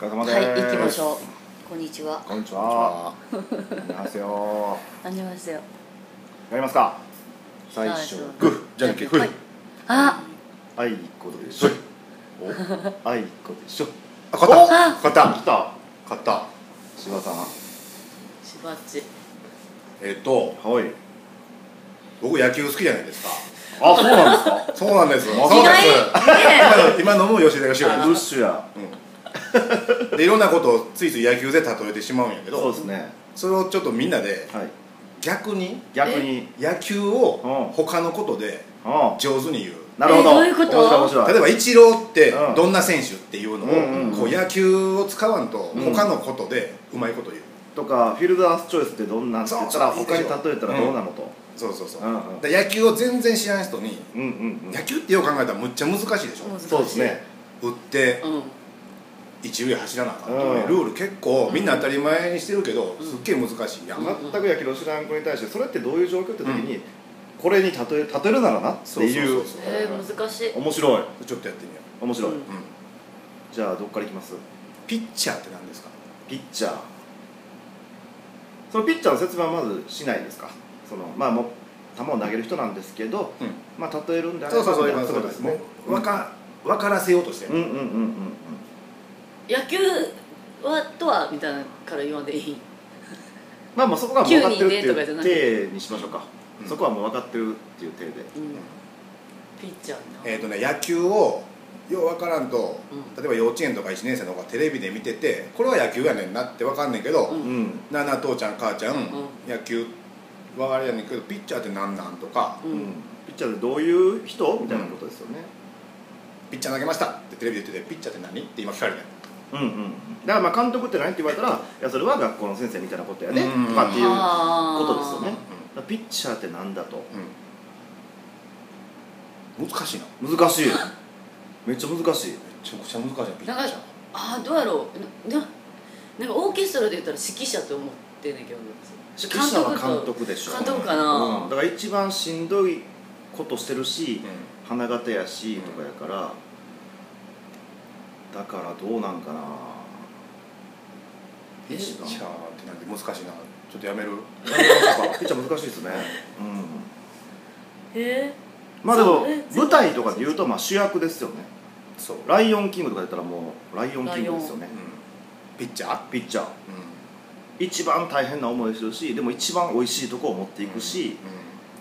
お疲れ様はです。い行きましょうこんにちはこんにちは。お願いしまありましす。たよやりますか。最初最初グーじゃんけん。はいああいこでしょ。お、あいこでしょ。あ勝ったあ勝った来た。勝った柴田さん。しばっちえっ、とはい。僕野球好きじゃないですかあ、そうなんですか。そうなんですまさかそうなんで意す 今の今のも吉田義ブ郎ッでシュや。すでいろんなことをついつい野球で例えてしまうんやけそうどですね。それをちょっとみんなではい。逆に逆に。野球をうん他のことでうん。上手に言うなるほど。えどういうこと面白い面白い。例えばイチローってうんどんな選手っていうのうんうんうんをこう野球を使わんとうん他のことでうまいこと言うとかフィルダースチョイスってどんなんって言ったらそう他に例えたらどうなのと。そうそうそううんうんだから野球を全然知らん人にうんうんうん野。球ってよう考えたらむっちゃ難しいでしょ難しいそうですね。打ってうん一塁走らなあかんとうねんルール結構みんな当たり前にしてるけどんすっげえ難しいやん全く野球の知らん子に対してそれってどういう状況って時に、これに例え例えるならなってそうそういそううそうえー、難しい面白いちょっとやってみよう面白い、うんうんじゃあどっからいきますピッチャーって何ですかピッチャーそのピッチャーの説明はまずしないですかそのまあもう球を投げる人なんですけど、うんまあ例えるんであれそうばそうそみうたい今なそうですねうんわか分からせようとしてうんるうんうんうんうん野球はとはみたいなのから言わんでいいまあまあそこがもう分かってるって急にねとかじゃなくいう体にしましょうか、うんそこはもう分かってるっていう体でうんピッチャーなえっとね野球をよう分からんとう例えば幼稚園とか1年生の子がテレビで見ててこれは野球やねんなって分かんねんけうどうんんなあなあ父ちゃん母ちゃん野球はあれやねんけどピッチャーって何なんとかううんん、ピッチャーでどういう人みたいなことですよね、ピッチャー投げましたってテレビで言っててピッチャーって何って今聞かれてんうんうん、だからまあ監督って何って言われたら「いやそれは学校の先生みたいなことやね」うんとかっていうあーことですよねだからピッチャーってなんだとうん難しいな難しいめっちゃ難 しいめちゃくちゃ難しいなピッチャなんーかああどうやろうなななんかオーケストラで言ったら指揮者って思ってんねんけど指揮者はと監督でしょ監督かな、うん、だから一番しんどいことしてるし、う花形やしとかやから、だからどうなんかなんピッチャーってなんで難しいなちょっとやめるやめましょうかピッチャー難しいですねうんえまあでもそうえ舞台とかで言うとまあ主役ですよねそうライオンキングとかやったらもうライオンキングですよねピッチャーピッチャーう一番大変な思いするしでも一番美味しいとこを持っていんくし、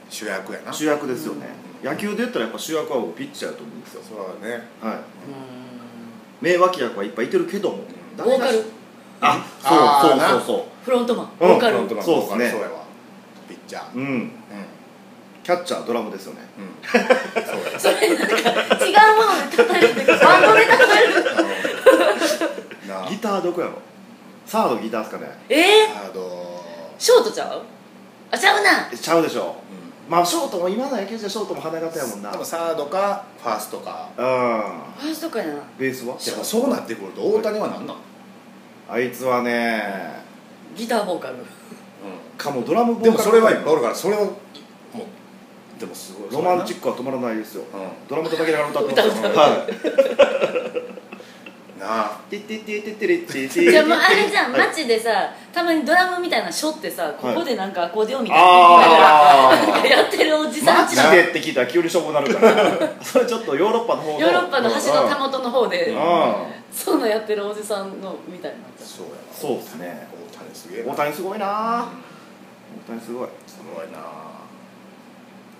主役やな主役ですよね、うん野球で言ったらやっぱ主役は僕ピッチャーだと思うんですよ、そうだねはい、う名脇役はいっぱいいてるけどもんーんボーカがルああそうーそうなそうフロントマンうんボーカルフロントマンそうっボーすカねルそうやわピッチャーそううんうんキャッチャードラムですよねうんそれなんか違うもので例えるバンドで例える なあギターどこやろサードギターですかねえー、あのショートちゃうあちゃうなえちゃうでしょうんまあショートも今の野球じゃショートも花形やもんなう多ん分サードかファーストかファーストかやなベースはでもそうなってくると大谷は何なのあいつはねギターボーカルかもドラムボーカでルもそれはいっぱいおるからそれをもうでもすごいロマンチッックは止まらないですよクうドラム叩きながら歌ってますよ歌うはいんなあてってってってってれってってじゃあもうあれじゃん、はい街でさたまにドラムみたいなのしょってさここでなんかアコーディオンみたいなあの弾きながらやってるおじーさマんちジのでって聞いたら急にしょぼなるからそれちょっとヨーロッパの方のヨーロッパの橋のたもとの方うでんうんそんなんやってるおじさんのみたいになっちゃうそうやなそうですね大谷すげえな大谷すごいな大谷すごいすごいなあ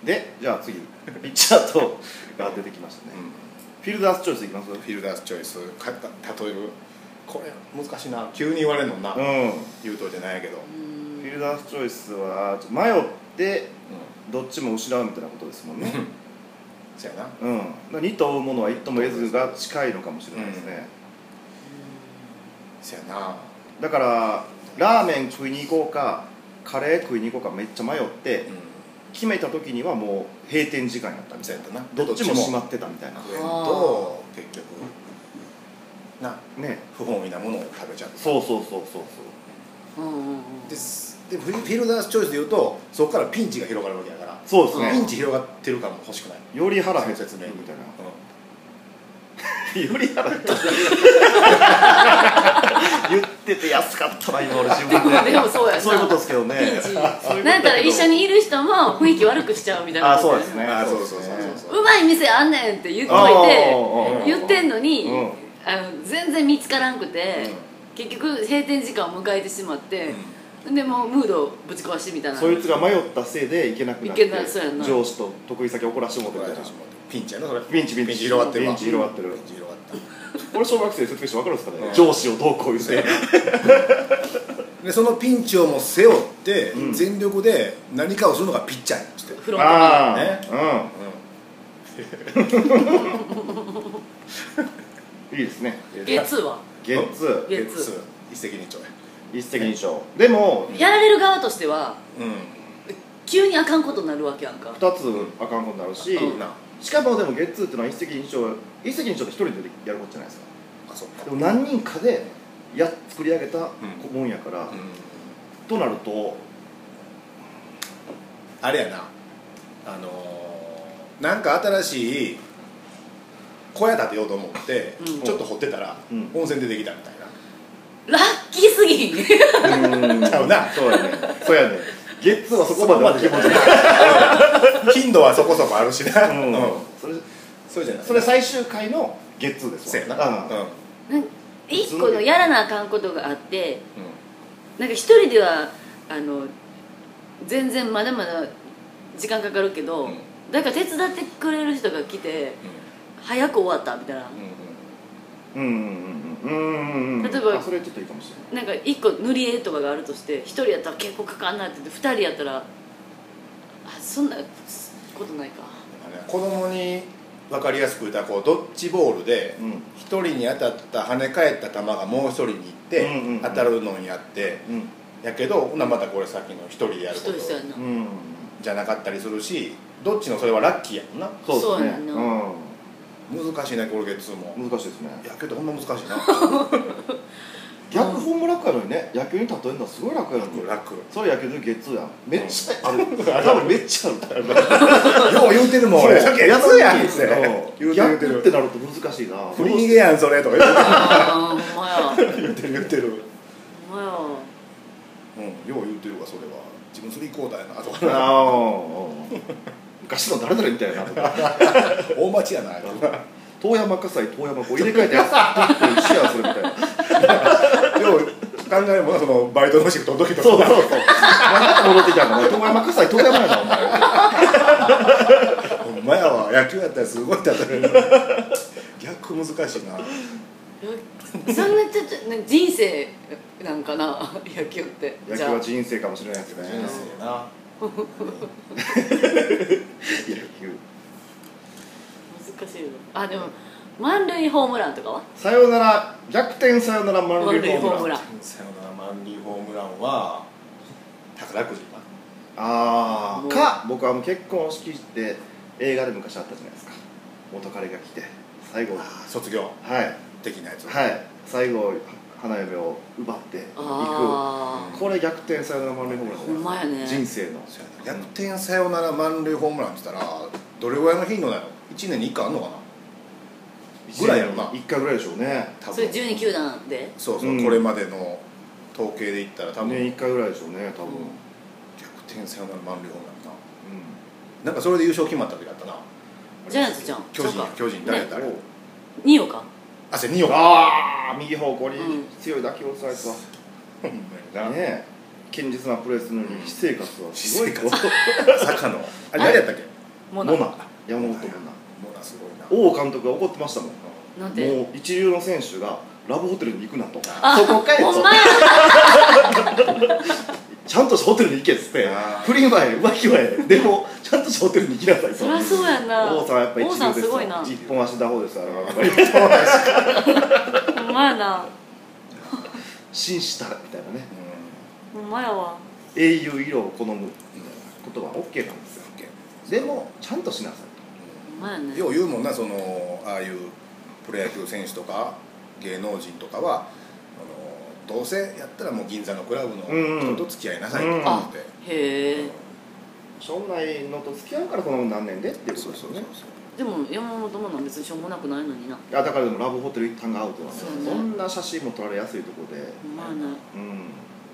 でじゃあ次ピッチャーとが出てきましたねうフィルダースチョイスいきますうんフィルダースチョイスかた例えるこれ難しいな急に言われるのなフ言うといてないけどうーんィルダースチョイスは迷ってどっちも失うみたいなことですもんねそうやなうんだから二と追うものは一とも得ずが近いのかもしれないですね、そうやなだからラーメン食いに行こうかカレー食いに行こうかめっちゃ迷ってうん決めた時にはもう閉店時間やったみたそいうやなったなどっちも閉まてってたみたいな食えんと結局なね不本意なものを食べちゃってそうそうそうそううんうん うんですでフィフィルダースチョイスで言うとそこからピンチが広がるわけだからそうそうですピねンチ広がってる感も欲しくないより腹減って説明 みみたたいいな、 なより腹減ったてて安かったな今俺自で分もで でもそうやなそういうことですけどねピンチそういうことだけどなんやったら一緒にいる人も雰囲気悪くしちゃうみたいなあそうですねあそうそうそうそううまい店あんねんって言っといてあ言ってんののに、うんあの全然見つからんくて、結局閉店時間を迎えてしまって、でもうムードをぶち壊してみたいなそいつが迷ったせいで行けなくなって行けなそうやんな上司と得意先怒らしてもうてみたいなピンチやなそれピンチピンチピンチ広がってるわピンチ広がってるピンチ広がってる俺小学生で説明して分かるんですかね、うん上司をどうこう言ってでそのピンチをもう背負ってうん全力で何かをするのがピッチャーやしてフロントにああ、ねうんいいですねゲッツーはゲッツーゲッ月ツ一石二鳥や一石二鳥でもやられる側としてはう急にあかんことになるわけやんか二つあかんことになるし、うんなしかもでもゲッツーっていうのは一石二鳥一石二鳥って一人でやることじゃないですかあそっかでも何人かでやっ作り上げたんもんやから、うんとなるとあれやなあのーなんか新しい小屋建てようと思ってうんちょっと掘ってたらうん温泉出てきたみたいラなッキーすぎ ひんうーんちゃうなそうやねそうやねゲッツーはそこまでは気持ちない頻度はそこそこあるしなうんうんそれそれじゃないそれ最終回のゲッツーですせわやなうんうんなんか一個のやらなあかんことがあってうなんか一人ではあの全然まだまだ時間かかるけど、うんだから手伝ってくれる人が来て早く終わったみたいな、んうんうんうんうんうんうんうん例えばあそれちょっといいかもしれないなんか一個塗り絵とかがあるとして一人やったら結構かかんないって言って二人やったらあそんなことないか子供に分かりやすく言ったらこうドッジボールでうん一人に当たった跳ね返った球がもう一人に行ってうんうんうん当たるのにやってうんやけどほなまたこれさっきの一人でやる一こと人そうやな、うんじゃなかったりするしどっちのそれはラッキーやもんなそうそうでやすねな難しいねこれゲッツーもうん難しいですねやけどほんま難しい な逆本も楽やのにね野球に例えるのはすごい楽やのに楽それ野球でゲッツーやんめっちゃある多分めっちゃある よう言うてるもん俺ゲッツーやんっつって言うんうてる逆言うっててるなると難しいな振り逃げやんそれとか言うあーほんまやてる言うてる言うてるほんまやうんよう言うてるわそれは自分それ行こうだよなとかなああ昔の誰々みたいなとか大町やな とか遠山葛西遠山こう入れ替えてやつってシェアするみたいなでも考えもなそのバイトのシフトの時とかそうそうそう何で戻ってきたんかな遠山葛西遠山やなお前ほんまやわ野球やったらすごい例える逆難しいなそんなちょっとな人生なんかな野球って野球は人生かもしれないですね人生な野球難しいよあでも満塁ホームランとかはさよなら逆転さよなら満満塁塁ホホーームムラランンサヨナラ満塁ホームランは宝くじかああもうか僕はもう結婚式って映画で昔あったじゃないですか元彼が来て最後はあー卒業い的なやつはい最後花嫁を奪っていあくこれ逆転サヨナラ満塁ホームランじゃほんまないやね人生のそうやな逆転サヨナラ満塁ホームランって言ったらどれぐらいの頻度なの1年に1回あんのかなぐらいやろな1回ぐらいでしょうね多あ分それ12球団でそうそう、うんこれまでの統計で言ったら多分、年1回ぐらいでしょうね多分うん逆転サヨナラ満塁ホームランななんかそれで優勝決まった時だったなジャイアンツじゃん巨人そうか巨人誰やったあれ、ね二岡かあそれ2億ああ右方向にうん強い打球を打つあいつはほんまになねえ堅実なプレーするのに私生活はすごい私生坂野 あれ誰やったっけモモナナ 山本モモナすごいなナ王監督が怒ってましたもんなんてもう一流の選手がラブホテルに行くなとあそこかよほんとまやちゃんとしたホテルに行けっつってあー不倫はええ浮気はええでもちゃんとしたホテルに行きなさいそとりゃそうやんな王さんはやっぱ一王さ流でんすすよごいな一本足打法ですよあれはやっぱりほんまやな紳士たらみたいなねほんまやわ英雄色を好むみたいなことは OK なんですよでもちゃんとしなさいほんまやうねんよう言うもんなそのああいうプロ野球選手とか芸能人とかはあのどうせやったらもう銀座のクラブの人と付き合いなさいとか思って、へえしょうもないのと付き合うからこんなもんなんねんでっていうことそうですそようそうねでそうも山本もな別にしょうもなくないのにないやだからでもラブホテル一旦がアウトなんですよそうねそんな写真も撮られやすいとこで、まあなうん、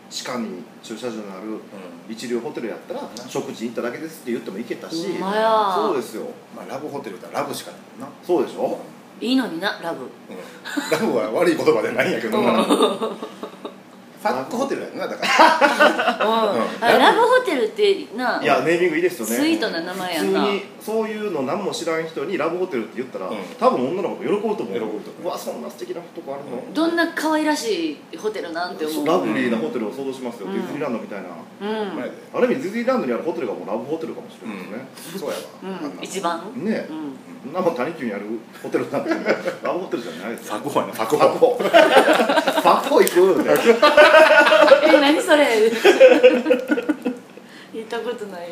地下に駐車場のあるう一流ホテルやったら食事に行っただけですって言っても行けたしほんまやそうですよんまあ、ラブホテルだラブしかないもんな、そうでしょいいのになラブうん、ラブは悪い言葉じゃないんやけどなファックホテルやなだかうらんあラブホテルってないやネーミングいいですよねスイートな名前や普んな通にそういうの何も知らん人にラブホテルって言ったら、うん多分女の子喜ぶと思う喜ぶと思ううわそんな素敵なとこあるの、うんどんな可愛らしいホテルなんて思うラブリーなホテルを想像しますよ、うんディズニーランドみたいな、うん、前で、ある意味ディズニーランドにあるホテルがもうラブホテルかもしれないですね、うん、そうやわ、あんう、なん一番ねえ、うんそん、なもん谷急にあるホテルなんてラブホテルじゃないですフよァックホやなファックパホコパコ行 くみたいなえ何それ言ったことない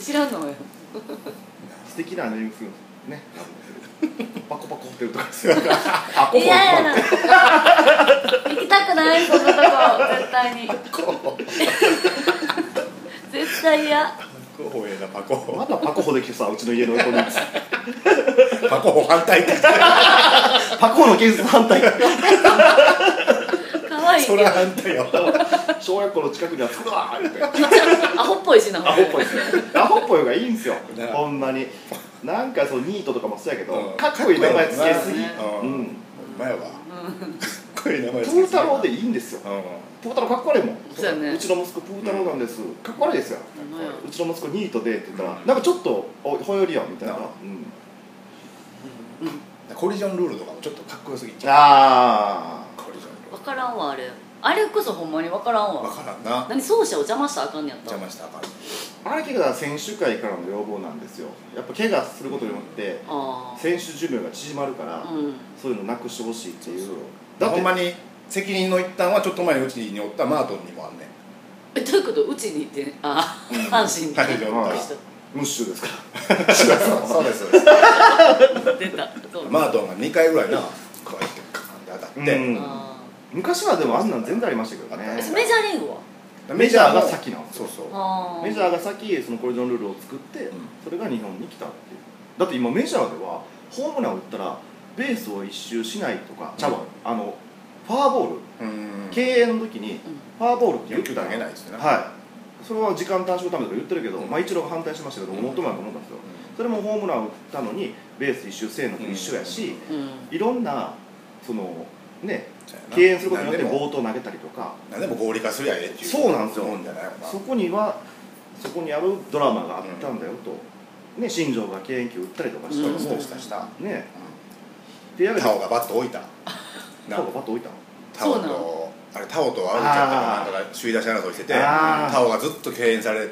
知らんのよ素敵なネーミングするんですねラブホテルパコパコホテルとかですよパコホ嫌やな行きたくないそんなとこ絶対に絶対嫌ファックホええなパコホまだパコホできてさうちの家の横にパコホ反対ってパコホの建設反対可愛いそけれどは反対よ小学校の近くには作るわーってアホっぽいしなアホっぽいですねアホっぽい方がいいんですよねほんまになんかそのニートとかもそうやけうどんかっこいい名前つけすぎかっこいいよなうんお前はかっこいい名前プつーけすぎ太やな郎でいいんですようんプー太郎かっこ悪いもんそうやねうちの息子プー太郎なんですかっこ悪いですよほんまやうちの息子ニートでって言ったらうんなんかちょっとおほよりよみたいななあうんコリジョンルールとかもちょっとかっこよすぎちゃあうコリジョンルー分からんわあれあれこそほんまに分からんルわわからんな何奏者を邪魔したらあかんねやった邪魔したらあかんああれけが選手会からの要望なんですよやっぱ怪我することによってあ選手寿命が縮まるからあうんそういうのなくしてほしいっていうだっほんまてに責任の一端はちょっと前にうちにおったマートンにもあんね んえどういうことうちに行ってああ阪神に阪神におったびっくりしムッシュですからそうですそうですた出たそうマートンが2回ぐらいなこうやってカーンって当たって、うんあ昔はでもあんなん全然ありましたけどねあえメジャーリーグはメジャーが先なんですそようそうああメジャーが先そのコリジョンルールを作って、んそれが日本に来たっていうだって今メジャーではホームランを打ったらベースを一周しないとか、んちゃうわあのフォアボール、うん経営の時にフォアボールって言よっくたら投げないですよね、はいそれは時間短縮のためとか言ってるけど、うんまあ一郎が反対しましたけど、うんもっともやと思ったんですよそれもホームランを打ったのにベース一周せーのと一緒やし、うんいろんなそのねそうやな敬遠することによって何でも暴投を投げたりとか何でも合理化すりゃええっていうそうなんですよもんじゃないよなそこにはそこにあるドラマがあったんだよと、ね新庄が敬遠球打ったりとかしそたうのでも、すうそんうしたしたねでやれタばオがバット置 いたタオがバッと置いたのタオそうなとあれタオとアルちゃんとかなんか首位打者争いしててあータオがずっと敬遠され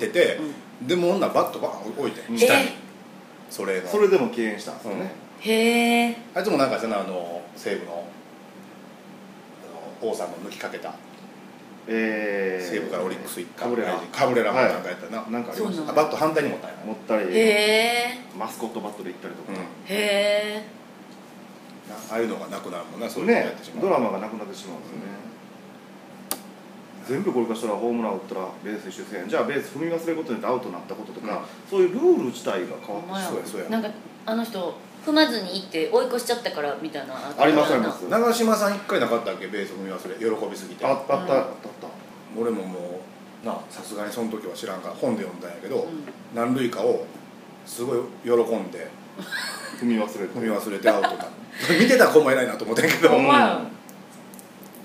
ててうん、でも女バットバーン置いてうん下にえそれのそれでも敬遠したんですよね、へえあいつもなんかそのあの西武のあの王さんの抜きかけたえー西武からオリックス行ったカブレラカブレラもなんかやったななんかありましそうたなあんバット反対に持ったんやな持ったへりえマスコットバットで行ったりとか、うんへえなああいうのがなくなるもんなそういうのやねってしまうドラマがなくなってしまうんですよね、全部これからしたらホームラン打ったらベース一周せんじゃあベース踏み忘れることによってアウトになったこととか、うんそういうルール自体が変わってしそうやそうやなんかあの人踏まずに行って追い越しちゃったからみたいなのったありますありなます長嶋さん一回なかったっけベース踏み忘れ喜びすぎてあったあったあったあっ俺ももうなさすがにその時は知らんから本で読んだんやけど、うん何塁かをすごい喜んでた踏み忘れる踏み忘れてアウトだ見てた子も偉いなと思ってんけどほんまや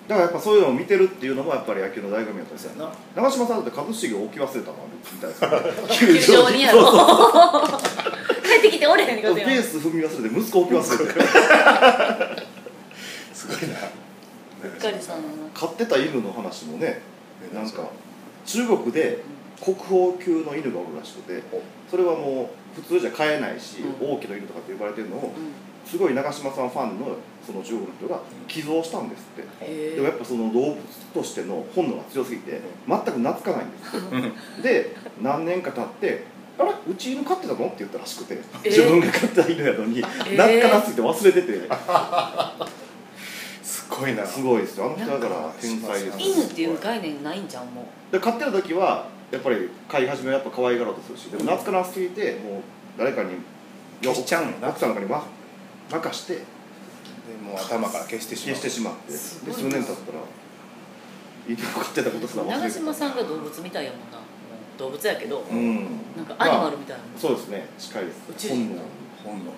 だからやっぱそういうのを見てるっていうのもやっぱり野球の醍醐味だったりするな長嶋さんだって一茂を置き忘れたのみたいですよね球場にやそうそうろ帰ってきておれへんかベとやース踏み忘れて息子置き忘れてすごいなうっかりさんやな飼ってた犬の話もねえなんか中国で国宝級の犬がおるらしくて おそれはもう普通じゃ飼えないし、う王家の犬とかって呼ばれてるのをうんすごい長嶋さんファンのその中国の人が寄贈したんですってへでもやえっぱその動物としての本能が強すぎて全く懐かないんですよで何年か経って「あれうち犬飼ってたの?」って言ったらしくてえ自分が飼った犬やのに懐かなすぎて忘れててすごいなすごいですよあの人だかなんらか天才です犬っていう概念ないんじゃんもうで飼ってる時はやっぱり飼い始めはやっぱ可愛がろうとするしでも懐かなすぎてもう誰かに消しちゃうのな奥さんとかにわ任してでもう頭から消してし消まうしてしまってですごいな数年経ったら犬を飼ってたことすら忘れて長た嶋さんが動物みたいやもんな動物やけど、うんなんかアニマルみたいな、そうですね近いです宇宙人本能本能が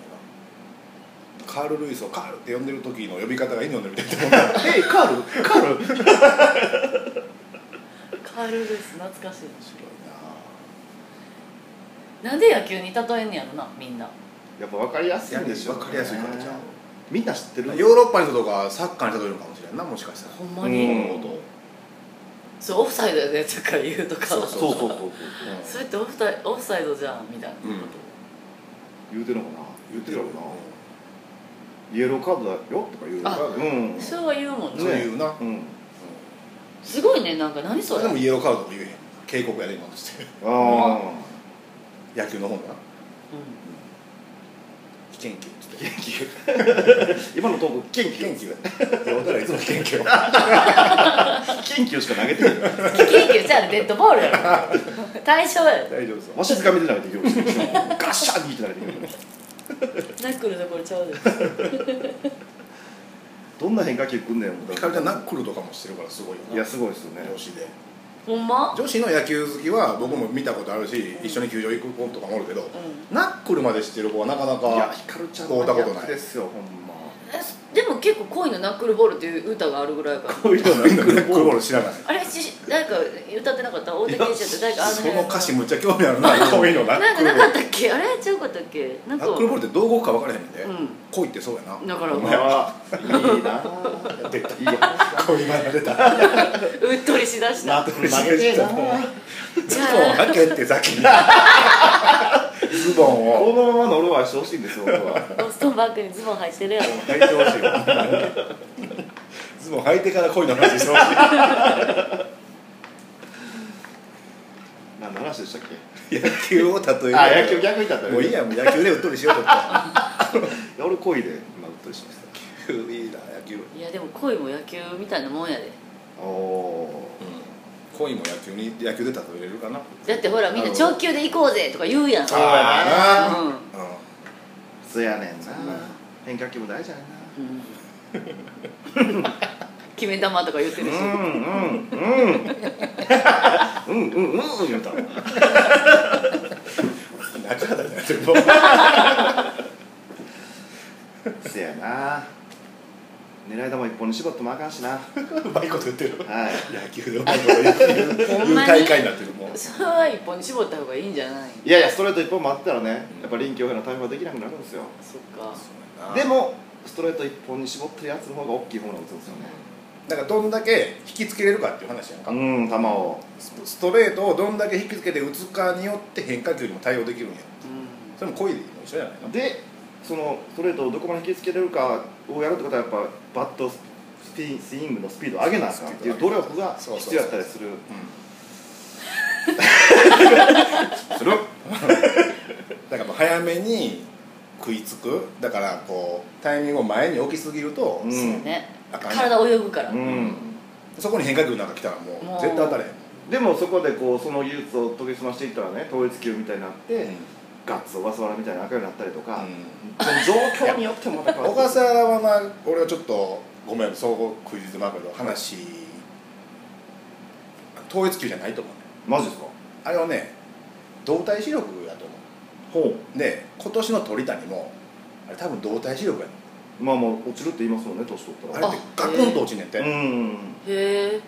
カール・ルイスをカールって呼んでる時の呼び方が犬呼んでるみた いなえカールカールカール・ルイス懐かしい面白いなんで野球に例えんねやろなみんなやっぱ分かりやすいんでしょうわかりやすいからじゃあみんな知ってるなヨーロッパの人とかサッカーに例えるのかもしれんなもしかしたらほんまに、うんこのことそれオフサイドやでとか言うとかそうそうそうそうそうそれってオフタイオフサイドじゃんみたいなこと、うん言うてるのかな言ってるよなイエローカードだよとか言うあうんそれは言うもんそうねいうなうんすごいねなんか何そそれれでもイエローカードとか言えへん警告やで今と してああ野球の方がなう危険球っつって今のトーク研危険究球いや俺らいつも危険球研究しか投げてるん危険球じゃあデッドボールやろ対象やろ 大丈夫そうわしづかみで投げてるよガッシャンにって投げてるナックルどころちゃうでどんな変化球くんねん思っひたかりちゃんナらックルとかもしてるからすごいよないやすごいですよね女子でほんま女子の野球好きは僕も見たことあるし一緒に球場行く子とかもおるけどうナックルまでしてる子はなかなかいやひかるちゃん会うたことないですよほんまえでも結構恋のナックルボールっていう歌があるぐらいやからこういうのみんなナなッんクかルボール知らないあれし誰か歌ってなかった大竹健二だって誰かあそ辺の歌詞むっちゃ興味あ るなこういうのナなッんかクルなボーかっルたっけあれちゃうかったっけなんナかックルボールってどう動くか分からへんねんでうん恋ってそうやなだからおう前はないいな出たいいや 恋が出たっとりしだしたナックル投げてえなじズゃボンあ開けて先にズボンこをのままの俺はしてほしいんですよ僕はボストンバッグにズボン履いてるやろ履いてほしいわズボン履いてから恋の話してほしい何の話でしたっけ野球を例えるあ野球逆にだったらもういいやもう野球でうっとりしようと思ったいや俺恋で今うっとりしましたいいな野球、いやでも恋も野球みたいなもんやでおお恋も野球に野球で例えれるかなだってほらみんな長球で行こうぜとか言うやんああうんうそやねんなうん変化球も大事やねうん決め球とか言ってるんなうしんうんうんうんうんうん言うたん中畑になってるもんせやな狙い球一本に絞ってもあかんしなは うまいこと言ってるい野球でうまいこと言ってるほんいうまに大会になってるもんそれは一本に絞った方がいいんじゃないいやいやストレート一本待ってたらねやっぱ臨機応変な対応ができなくなるんですよそっかでもストレート一本に絞ってるやつの方が大きい方なん打つんですよねだからどんだけ引きつけれるかっていう話やんか、うん球をスストレートをどんだけ引きつけて打つかによって変化球にも対応できるんうんやそれも恋でも一緒じゃないのでそのストレートをどこまで引きつけれるかをやるってことはやっぱバットスピンスイングのスピードを上げなあかんっていう努力が必要やったりするするだからもう早めに食いつくだからこうタイミングを前に置きすぎると、うんそうねあかん体泳ぐからううんんそこに変化球なんか来たらももうう絶対当たれへんでもそこでこうその技術を研ぎ澄ましていったらね統一球みたいになって、ガッツ小笠原みたいな赤になったりとか、その状況によってもまた変わ小ってくる笠原はな俺はちょっとごめん総合クイズまくけど話統一球じゃないと思うマジですかあれはね動体視力やと思ほうで今年の鳥谷もあれ多分動体視力やねうまあまあ落ちるって言いますもんね年取ったあられってガクンと落ちんねんてうあ、んへえ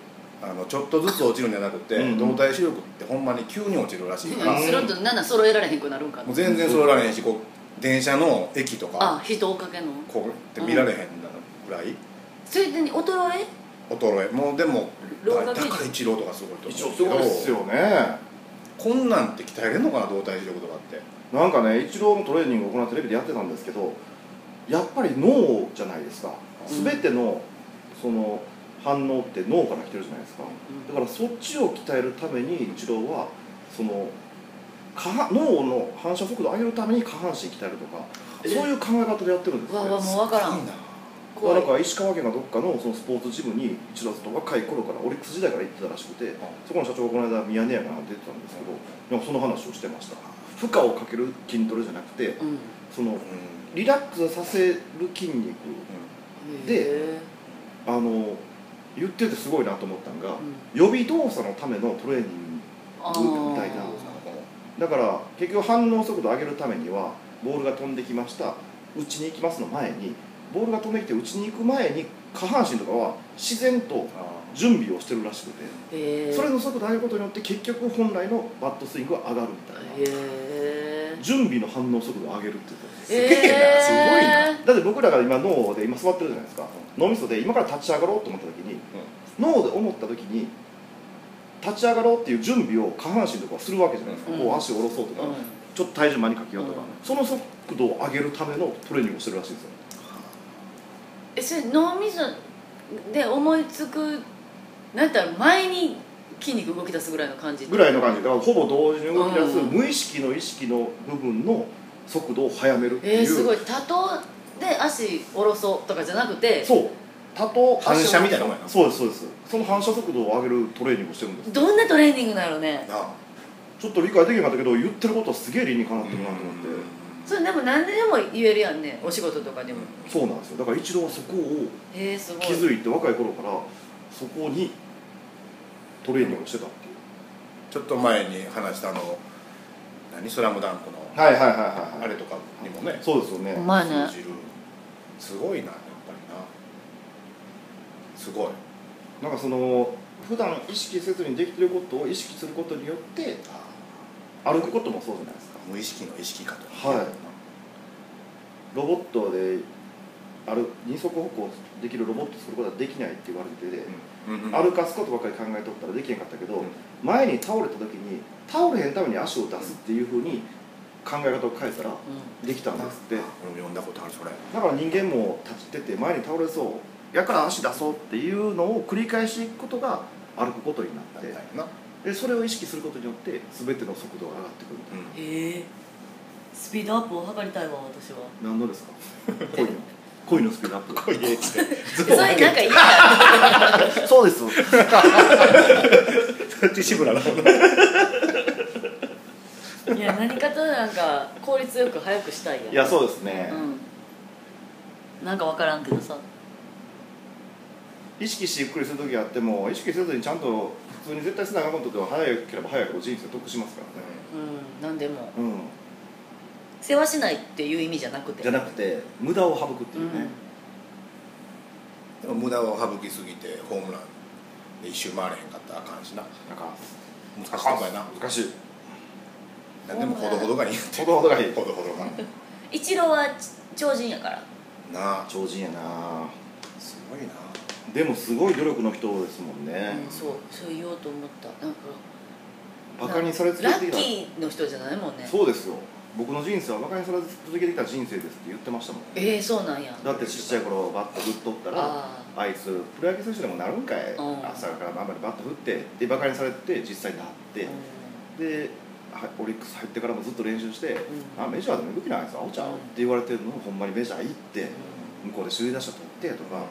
のちょっとずつ落ちるんじゃなくて、うん動体視力ってほんまに急に落ちるらしいから、うんスロット7揃えられへんくなるんかもうな全然それられへんしこう電車の駅とかあ人追っかけんのこうやって見られへんなぐらいそれでに衰え衰えもうでも老化だ現象高い一郎とかすごいと一応思うすけどごいですよねこんなんって鍛えれるのかな動体視力とかってなんかね一郎もトレーニングを行ってテレビでやってたんですけどやっぱり脳じゃないですかうん全てのその反応って脳から来てるじゃないですかだからそっちを鍛えるために一郎はその下半脳の反射速度を上げるために下半身鍛えるとかえそういう考え方でやってるんですうわよ、ね、うわもうわからいいんだなから怖ないんか石川県がどっかのそのスポーツジムに一郎と若い頃からオリックス時代から行ってたらしくてそこの社長がこの間ミヤネ屋かなんて言ってたんですけどなんかその話をしてました負荷をかける筋トレじゃなくてうんそのうリラックスさせる筋肉でへえあの言っててすごいなと思ったのが、ん予備動作のためのトレーニンあみたいなんグだから結局反応速度を上げるためにはボールが飛んできました打ちに行きますの前にボールが飛んできて打ちに行く前に下半身とかは自然と準備をしてるらしくて、へえそれの速度を上げることによって結局本来のバットスイングは上がるみたいな、へえ準備の反応速度を上げるって言ってたんですすげえなすごいなえだって僕らが今脳で今座ってるじゃないですか脳みそで今から立ち上がろうと思った時に、脳で思った時に立ち上がろうっていう準備を下半身とかはするわけじゃないですか、うんこう足を下ろそうとか、うんちょっと体重間にかけようとか、うんその速度を上げるためのトレーニングをしてるらしいんですよえそれ脳みそで思いつくなんたら前に筋肉動き出すぐらいの感じぐらいの感じだからほぼ同時に動き出すうん無意識の意識の部分の速度を速めるっていう、えー、すごい多頭で足下ろそうとかじゃなくてそう多頭反射みたいなもんやなそうですそうですその反射速度を上げるトレーニングをしてるんですどんなトレーニングなのねなあちょっと理解できなかったけど言ってることはすげえ理にかなってるなと思って、それでも何ででも言えるやんねお仕事とかでも、そうなんですよだから一郎はそこをえー、すごい気づいて若い頃からそこにトレーニングをしてたっていうちょっと前に話したあの何スラムダンクのはいはいはいあれとかにもねそうですよねうまいね通じるすごいなやっぱりなすごいなんかその普段意識せずにできてることを意識することによって歩くこともそうじゃないですか無意識の意識かとはいロボットで歩二足歩行できるロボットすることはできないって言われてて、うんうん歩かすことばっかり考えとったらできへんかったけど、うん前に倒れた時に倒れへんために足を出すっていうふうに考え方を変えたらできたんですって俺も読んだことあるそれだから人間も立ちてて前に倒れそうやから足出そうっていうのを繰り返していくことが歩くことになって、なでそれを意識することによって全ての速度が上がってくるみたいうんえー、スピードアップを測りたいわ私はな、何のですか恋の恋のスピードアッ プこう言えってそれなんかいいなそうです 西村のいや何かとなんか効率よく早くしたいやんいやそうですね、うんなんか分からんけどさ意識してゆっくりする時があっても意識せずにちゃんと普通に絶対せなあかんことでは早ければ早いほど人生得しますからねうん何でもうん、世話しないっていう意味じゃなくてじゃなくて無駄を省くっていううんね、でも無駄を省きすぎてホームランで一周回れへんかったらあかんしななんか難しいとこやな難しい何でもほどほどがいいんやってほどほどがいいほどほどが一郎は超人やからなあ超人やなすごいなでもすごい努力の人ですもんね、うんそうそう言おうと思ったなんかバカにされ続ラけてッきたキーの人じゃないもんねそうですよ僕の人生はバカにされ続けてきた人生ですって言ってましたもんえー、そうなんやだってちっちゃい頃バット振っとったらああいつプロ野球選手でもなるんかい、うん朝から晩までバット振ってでバカにされて実際なっーて、ではオリックス入ってからもずっと練習して、んあメジャーでも動きないですアホちゃう、うんって言われてるのをほんまにメジャー行って向こうで首位打者取ってとか、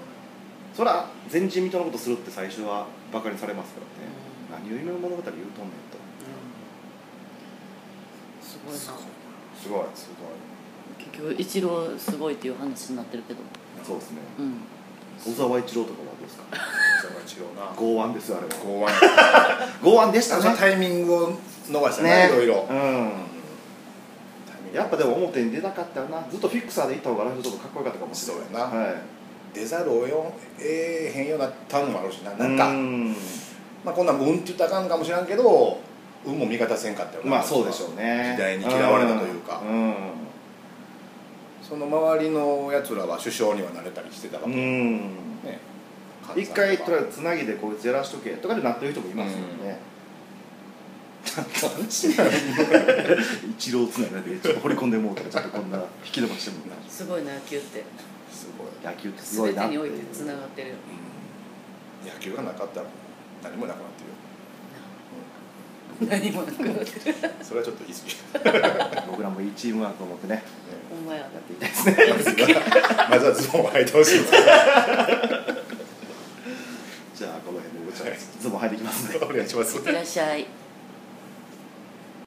そら前人未到のことするって最初はバカにされますからね、何を夢の物語言うとんねんとすごいすごいなすごいすご結局一郎すごいっていう話になってるけどいそうですねうん小沢一郎とかはどうですかそれは違うな剛腕ですよあれは剛腕剛腕でしそたのねタイミングを逃したねいろいろうんやっぱでも表に出なかったよなずっとフィクサーでいった方がライフちょっとかっこよかったかもしれないそうやなはい、出ざるをええへんようなターンもあるしななんうかんまあこんなんも運って言ったらあかんかもしらんけど運も味方せんかったよなまあそうでしょうね時代に嫌われたというかうん、その周りのやつらは首相にはなれたりしてたかうもんね一回とりあええずつなぎでこいつやらしとけとかでなってる人もいますよね、 一郎つなぎでちょっと掘り込んでもうからちょっとこんな引き伸ばしてもなすごいな野球ってすごい、野球ってすごい全なっててにいおいうてつながってるようん、野球がなかったら何もなくなってるよ、何もなくなってるうんそれはちょっと言い過ぎ僕らもいいチームワークを持ってねほんまややっていきたいですねまずはまずはズボンを履いてほしいですね じゃあこの辺でごちゃズボン入ってきますねお願いしますいってらっしゃい